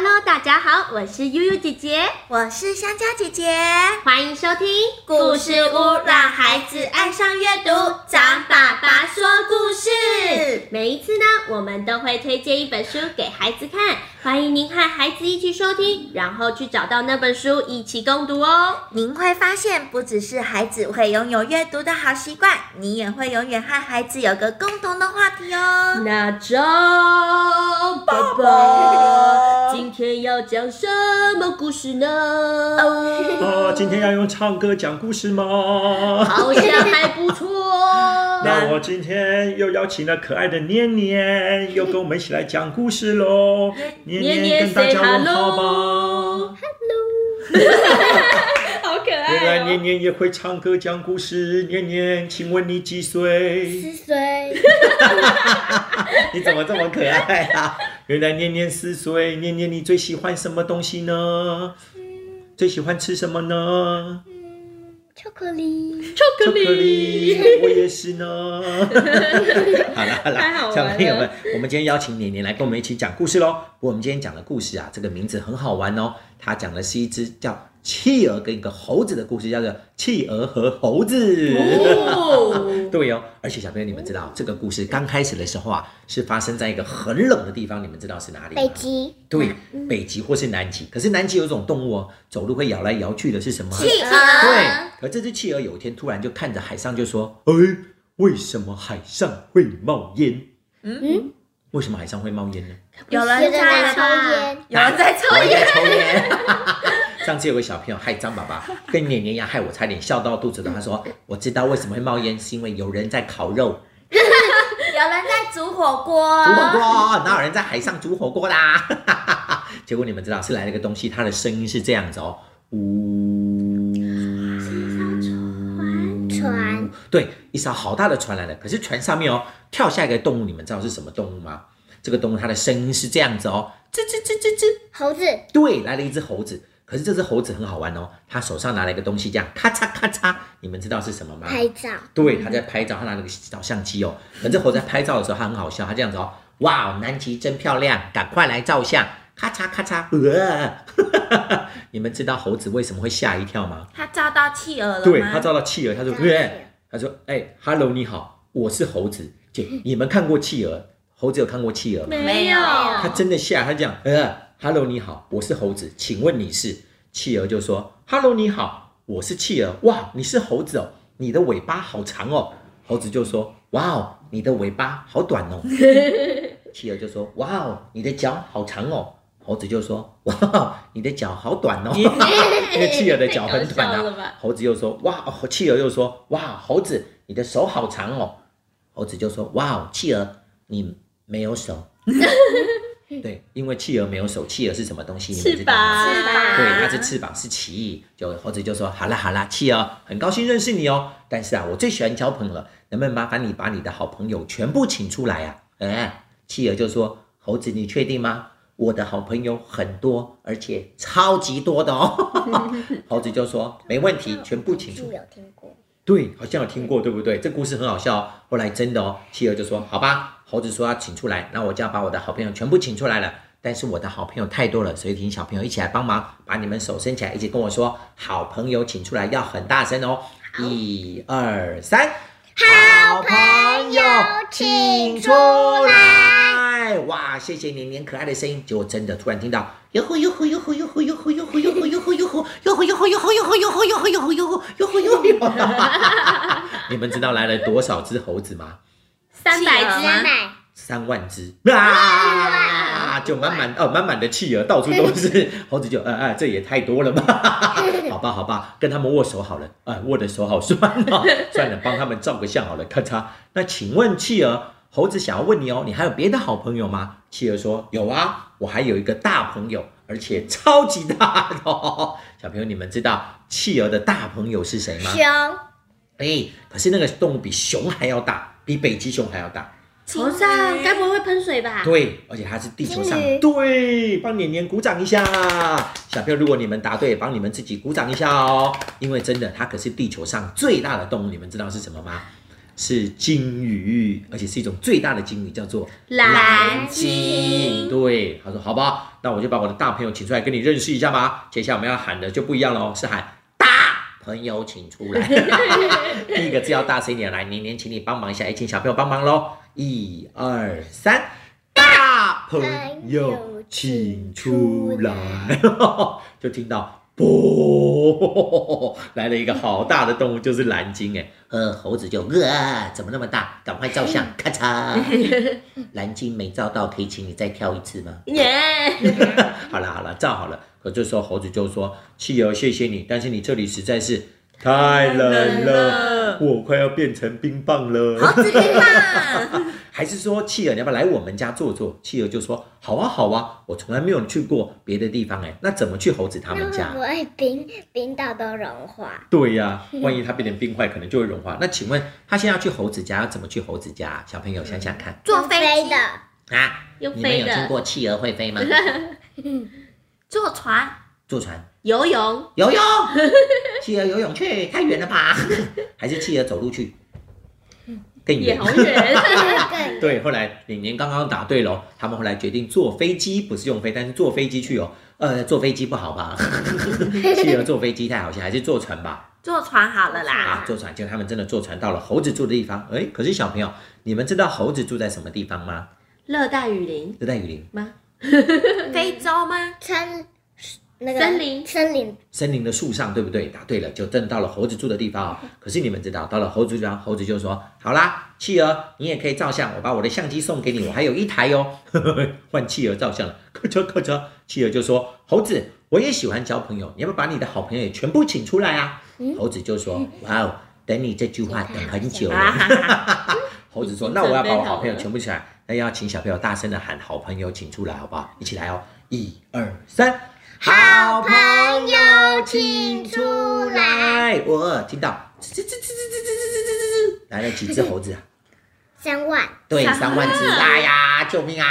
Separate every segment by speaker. Speaker 1: 好，我是悠悠姐姐，
Speaker 2: 我是香蕉姐姐，
Speaker 1: 欢迎收听
Speaker 2: 故事屋让孩子爱上阅读长爸爸说故事。
Speaker 1: 每一次呢，我们都会推荐一本书给孩子看，欢迎您和孩子一起收听，然后去找到那本书一起共读 哦。
Speaker 2: 您会发现，不只是孩子会拥有阅读的好习惯，你也会永远和孩子有个共同的话题哦。
Speaker 1: 那张爸爸
Speaker 2: 爸
Speaker 1: 今天要讲什么故事呢？
Speaker 3: 啊，今天要用唱歌讲故事吗？
Speaker 1: 好像还不错。
Speaker 3: 那我今天又邀请了可爱的念念，又跟我们一起来讲故事喽。念
Speaker 1: 年年
Speaker 3: 念跟大
Speaker 1: say
Speaker 3: 家问好吧
Speaker 1: hello，hello，。好可
Speaker 3: 原
Speaker 1: 爱
Speaker 3: 来念
Speaker 1: 哦！
Speaker 3: 念啊也会唱歌讲故事。念念，请问你几岁？
Speaker 4: 四岁，
Speaker 3: 你怎么这么可爱啊？原来念念四岁。念念，你最喜欢什么东西呢？
Speaker 4: 嗯
Speaker 3: 最喜欢吃什么呢？
Speaker 4: 巧克力，
Speaker 1: 巧克
Speaker 3: 巧克力
Speaker 1: 力，，
Speaker 3: 我也 是呢。好了好
Speaker 1: 太好玩了
Speaker 3: 了，小朋友们，我们今天邀请年年来跟我们一起讲故事喽。不过我们今天讲的故事啊，这个名字很好玩哦。它讲的是一只叫企鹅跟一个猴子的故事，叫做《企鹅和猴子》。
Speaker 1: 哦，
Speaker 3: 对哦，而且小朋友，你们知道这个故事刚开始的时候啊，是发生在一个很冷的地方，你们知道是哪里吗？
Speaker 4: 北。极，
Speaker 3: 对，北极或是南极。可是南极有一种动物哦，走路会摇来摇去的，是什么？
Speaker 2: 企
Speaker 3: 对
Speaker 2: 鹅，，
Speaker 3: 可这只企鹅有一天突然就看着海上就说：“哎，为什么海上会冒烟？
Speaker 4: 嗯，
Speaker 3: 为什么海上会冒烟呢？
Speaker 2: 有
Speaker 4: 有
Speaker 2: 人
Speaker 4: 人
Speaker 2: 猜
Speaker 4: 在
Speaker 2: 了
Speaker 4: 抽
Speaker 2: 吧
Speaker 4: 烟？
Speaker 2: 有人在抽
Speaker 3: 我还
Speaker 2: 烟。
Speaker 3: 在抽烟。 上次有个小朋友害张爸爸跟年年一样，害我差点笑到肚子痛。他说：“我知道为什么会冒烟，是因为有人在烤肉、
Speaker 2: 有人在煮火锅，
Speaker 3: 煮火锅，哪有人在海上煮火锅啦？” 结果你们知道是来了个东西，它的声音是这样子哦，呜。
Speaker 4: 船，
Speaker 3: 对，一艘好大的船来了，可是船上面哦跳下一个动物，你们知道是什么动物吗？这个动物它的声音是这样子哦，吱吱吱吱吱。
Speaker 4: 猴子，
Speaker 3: 对，来了一只猴子，可是这只猴子很好玩哦，它手上拿了一个东西，这样咔嚓咔嚓，你们知道是什么吗？
Speaker 4: 拍照，
Speaker 3: 对，它在拍照，它拿了个照相机哦。可这猴子在拍照的时候，它很好笑，它这样子哦，哇，南极真漂亮，赶快来照相，咔嚓咔嚓，呃， 你们知道猴子为什么会吓一跳吗？
Speaker 2: 他照到企鹅了吗？
Speaker 3: 对他照到企鹅，他说：“
Speaker 4: 照到企鹅
Speaker 3: 对，他说，哎、h e l l o 你好，我是猴子。姐，你们看过企鹅？猴子有看过企鹅吗？
Speaker 1: 没有，
Speaker 3: 他真的吓，他讲，呃，Hello，你好，我是猴子，请问你是？企鹅就说，Hello，你好，我是企鹅。哇，你是猴子哦，你的尾巴好长哦。猴子就说，哇哦，你的尾巴好短哦。企鹅就说，哇哦，你的脚好长哦。猴子就说，哇哦，你的脚好短哦，因为企鹅的脚很短
Speaker 1: 太搞笑了
Speaker 3: 啊
Speaker 1: 吧。
Speaker 3: 猴子又说，哇，哦企鹅又说，哇，猴子，你的手好长哦。猴子就说，哇，哦，企鹅，你没有手。 对，因为企鹅没有手，企鹅是什么东西？你们
Speaker 1: 翅
Speaker 3: 知道吗？
Speaker 1: 膀，
Speaker 2: 翅膀
Speaker 3: 对，它是翅膀，是奇异。就猴子就说：“好啦好啦，企鹅，很高兴认识你哦。但是啊，我最喜欢交朋友了，能不能麻烦你把你的好朋友全部请出来啊？”哎，企鹅就说：“猴子，你确定吗？我的好朋友很多，而且超级多的哦。” 猴子就说：“没问题，全部请出
Speaker 4: 我有听过，
Speaker 3: 对，好像有听过，对不对？这故事很好笑哦。后来真的哦，企鹅就说：“好吧，猴子说要请出来，那我就要把我的好朋友全部请出来了。但是我的好朋友太多了，所以请小朋友一起来帮忙，把你们手伸起来，一起跟我说‘好朋友请出来’，要很大声哦。一二三，好朋友请出来！哇，谢谢年年可爱的声音。结果真的突然听到哟吼哟吼哟吼哟吼哟吼哟吼哟吼哟吼哟吼哟吼哟吼哟吼哟吼哟吼哟吼哟吼哟吼哟吼哟吼。你们知道来了多少只猴子吗？
Speaker 1: 三百
Speaker 2: 企鹅
Speaker 1: 只
Speaker 2: 吗
Speaker 4: 三百，
Speaker 3: 三万只啊！就满满哦，满满的企鹅，到处都是猴子就，呃呃，这也太多了吧？ 好吧，好吧，跟他们握手好了，呃，握的手好酸哦，算了，帮他们照个相好了，咔嚓。那请问企鹅，猴子想要问你哦，你还有别的好朋友吗？企鹅说有啊，我还有一个大朋友，而且超级大的、哦。 小朋友，你们知道企鹅的大朋友是谁吗？
Speaker 4: 熊，
Speaker 3: 哎、可是那个动物比熊还要大，比北极熊还要大。
Speaker 1: 头上该不会会喷水吧？
Speaker 3: 对，而且它是地球上
Speaker 4: 金鱼
Speaker 3: 对，帮年年鼓掌一下。小朋友，如果你们答对，帮你们自己鼓掌一下哦，因为真的，它可是地球上最大的动物，你们知道是什么吗？是鲸鱼，而且是一种最大的鲸鱼，叫做
Speaker 1: 蓝
Speaker 3: 鲸。对，他说好不好？那我就把我的大朋友请出来跟你认识一下吧。接下来我们要喊的就不一样哦喽，是喊大朋友请出来。第一个字要大声一点，来，年年，请你帮忙一下，哎也请小朋友帮忙喽。一二三，大朋友请出来， 就听到。啵，来了一个好大的动物，就是蓝鲸哎，呃，猴子就呃，怎么那么大？赶快照相，咔嚓！蓝鲸没照到，可以请你再跳一次吗？
Speaker 1: 耶！
Speaker 3: 好了好了，照好了。可这时候猴子就说：“企鹅，谢谢你，但是你这里实在是太冷 了，我快要变成冰棒了。
Speaker 2: 猴子冰棒，
Speaker 3: 还是说企鹅，你要不要来我们家坐坐？”企鹅就说：“好啊好啊，我从来没有去过别的地方哎，那怎么去猴子他
Speaker 4: 那
Speaker 3: 们
Speaker 4: 会
Speaker 3: 家
Speaker 4: 不？”会冰冰到都融化？
Speaker 3: 对 呀、万一它变成冰块，可能就会融化。那请问他现在要去猴子家，要怎么去猴子家？小朋友想想看
Speaker 2: 坐
Speaker 4: 用
Speaker 2: 飞
Speaker 4: 飞
Speaker 2: 机
Speaker 4: 的，
Speaker 3: 啊！
Speaker 1: 用
Speaker 3: 你们
Speaker 1: 飞
Speaker 3: 有听
Speaker 1: 的，
Speaker 3: 过企鹅会 飞吗？
Speaker 2: 坐船，
Speaker 3: 坐船。
Speaker 1: 游泳，
Speaker 3: 游泳， 企鹅游泳去太远了吧？ 还是企鹅走路去？更
Speaker 1: 也
Speaker 3: 远
Speaker 1: 好。远。
Speaker 4: 对，
Speaker 3: 对，后来李宁刚刚答对了哦，他们后来决定坐飞机，不是用飞，但是坐飞机去哦。呃，坐飞机不好吧？ 企鹅坐飞机太好笑，还是坐船吧？
Speaker 2: 坐船好了啦。
Speaker 3: 啊，坐船，结果他们真的坐船到了猴子住的地方。哎，可是小朋友，你们知道猴子住在什么地方吗？
Speaker 1: 热带雨林
Speaker 3: 热带雨林、
Speaker 1: 吗？
Speaker 2: 非洲吗？
Speaker 4: 森那个
Speaker 1: 森林
Speaker 4: 森林
Speaker 3: 森林的树上，对不对？答对了，就真的到了猴子住的地方哦。 可是你们知道，到了猴子住地方，猴子就说：“好啦，企鹅，你也可以照相，我把我的相机送给你，我还有一台哟、哦。” 换企鹅照相了，咔嚓咔嚓，企鹅就说：“猴子，我也喜欢交朋友，你要不要把你的好朋友也全部请出来啊？”猴子就 说：“哇哦，等你这句话等很久了。
Speaker 2: 啊哈哈，
Speaker 3: 猴子说：“
Speaker 1: 已经
Speaker 3: 那我要
Speaker 1: 准备
Speaker 3: 把我
Speaker 1: 好
Speaker 3: 好朋友
Speaker 1: 了
Speaker 3: 全部请来，那要请小朋友大声的喊好朋友请出来，好不好？一起来哦，一二三，好朋友请出来！我听到吱吱吱吱吱吱吱吱吱吱吱，来了几只猴子啊？
Speaker 4: 三万，
Speaker 3: 对，
Speaker 1: 三
Speaker 3: 三万只！哎呀，救 命啊！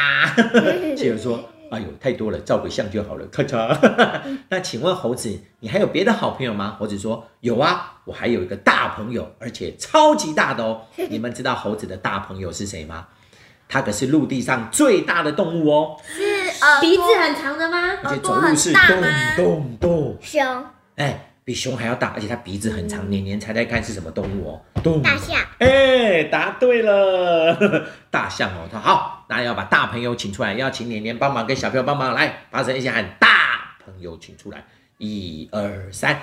Speaker 3: 企鹅说：哎呦，太多了，照个相就好了，咔嚓。 那请问猴子，你还有别的好朋友吗？猴子说：有啊，我还有一个大朋友，而且超级大的 哦。你们知道猴子的大朋友是谁吗？它可是陆地上最大的动物 哦，
Speaker 2: 是耳朵
Speaker 1: 鼻子很长的吗？
Speaker 3: 而且
Speaker 2: 耳
Speaker 3: 走
Speaker 2: 朵
Speaker 3: 路
Speaker 2: 很
Speaker 3: 是
Speaker 2: 大
Speaker 3: 咚
Speaker 2: 吗
Speaker 3: 咚咚，
Speaker 4: 熊
Speaker 3: 哎，比熊还要大，而且它鼻子很长。年年猜猜看是什么动物哦？咚
Speaker 4: 嗯大象，
Speaker 3: 哎，答对了， 大象哦，他好，那要把大朋友请出来，要请年年帮忙，跟小朋友帮忙，来，大声一起喊大朋友请出来，一二三，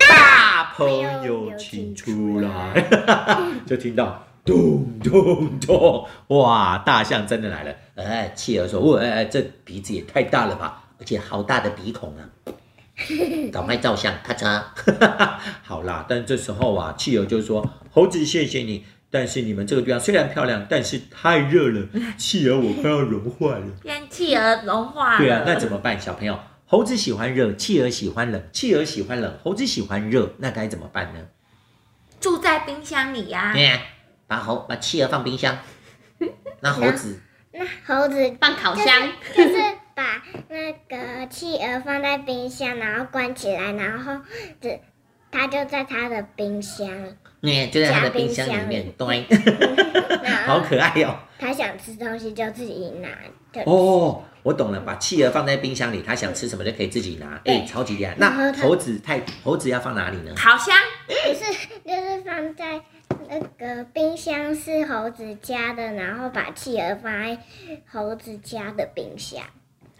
Speaker 3: 大朋友请出来， 就听到咚咚咚，哇，大象真的来了，哎，企鹅说，哇，哎哎，这鼻子也太大了吧，而且好大的鼻孔啊。赶快照相，咔嚓！ 好啦，但这时候啊，企鹅就说：“猴子，谢谢你，但是你们这个地方虽然漂亮，但是太热 了，企鹅我快要融化了。
Speaker 2: 变企鹅融化了。
Speaker 3: 对啊，那怎么办，小朋友？猴子喜欢热，企鹅喜欢冷，企鹅喜欢冷，猴子喜欢热，那该怎么办呢？
Speaker 2: 住在冰箱里呀、
Speaker 3: 哎呀把猴把企鹅放冰 箱，那猴子
Speaker 4: 那猴子
Speaker 1: 放烤箱，
Speaker 4: 就是把那个企鹅放在冰箱，然后关起来，然后只它就在它的 冰箱，
Speaker 3: 哎就在他的
Speaker 4: 加冰
Speaker 3: 冰箱里
Speaker 4: 箱
Speaker 3: 面，啊对，
Speaker 4: 然
Speaker 3: 好
Speaker 4: 后
Speaker 3: 可爱哦哟、
Speaker 4: 它想吃东西就自己拿。就
Speaker 3: 哦，我懂了，把企鹅放在冰箱里，它想吃什么就可以自己拿，哎、
Speaker 4: 对
Speaker 3: 超级厉害。
Speaker 4: 然后
Speaker 3: 那
Speaker 4: 它
Speaker 3: 猴子太猴子要放哪里 呢？
Speaker 2: 烤箱
Speaker 4: 就是放在那个冰箱是猴子家的，然后把企鹅放在猴子家的冰箱，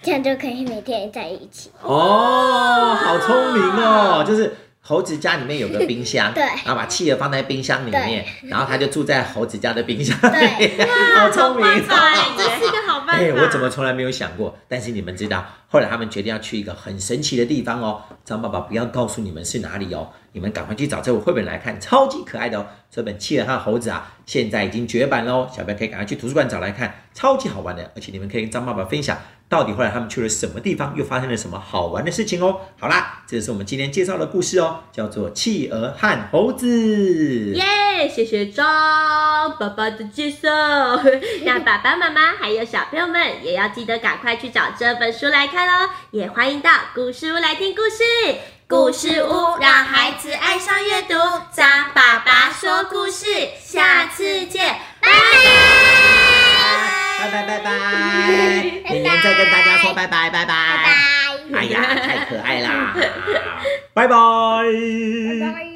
Speaker 4: 这样就可以每天在一起。
Speaker 3: 哦，好聪明哦！就是猴子家里面有个冰箱，
Speaker 4: 对
Speaker 3: 然后把企鹅放在冰箱里面，然后它就住在猴子家的冰箱里
Speaker 4: 对
Speaker 3: 面，好聪明
Speaker 2: 好棒棒
Speaker 3: 哦！
Speaker 1: 哎，这是一个好办法。
Speaker 3: 哎，我怎么从来没有想过？但是你们知道，后来他们决定要去一个很神奇的地方哦。张爸爸不要告诉你们是哪里哦，你们赶快去找这本绘本来看，超级可爱的哦。这本《企鹅和猴子》啊，现在已经绝版喽，小朋友可以赶快去图书馆找来看，超级好玩的。而且你们可以跟张爸爸分享，到底后来他们去了什么地方，又发生了什么好玩的事情哦。好啦，这是我们今天介绍的故事哦，叫做《企鹅和猴子》。
Speaker 1: 耶！谢谢张爸爸的介绍。 那爸爸妈妈还有小朋友们也要记得赶快去找这本书来看哦。也欢迎到故事屋来听故事。
Speaker 2: 故事屋让孩子爱上阅读，张爸爸说故事，下次见，拜拜。
Speaker 3: 拜拜拜拜。拜，明年再跟大家说拜拜，拜拜。
Speaker 4: 拜
Speaker 3: 哎呀，太可爱啦，拜拜。
Speaker 4: 拜。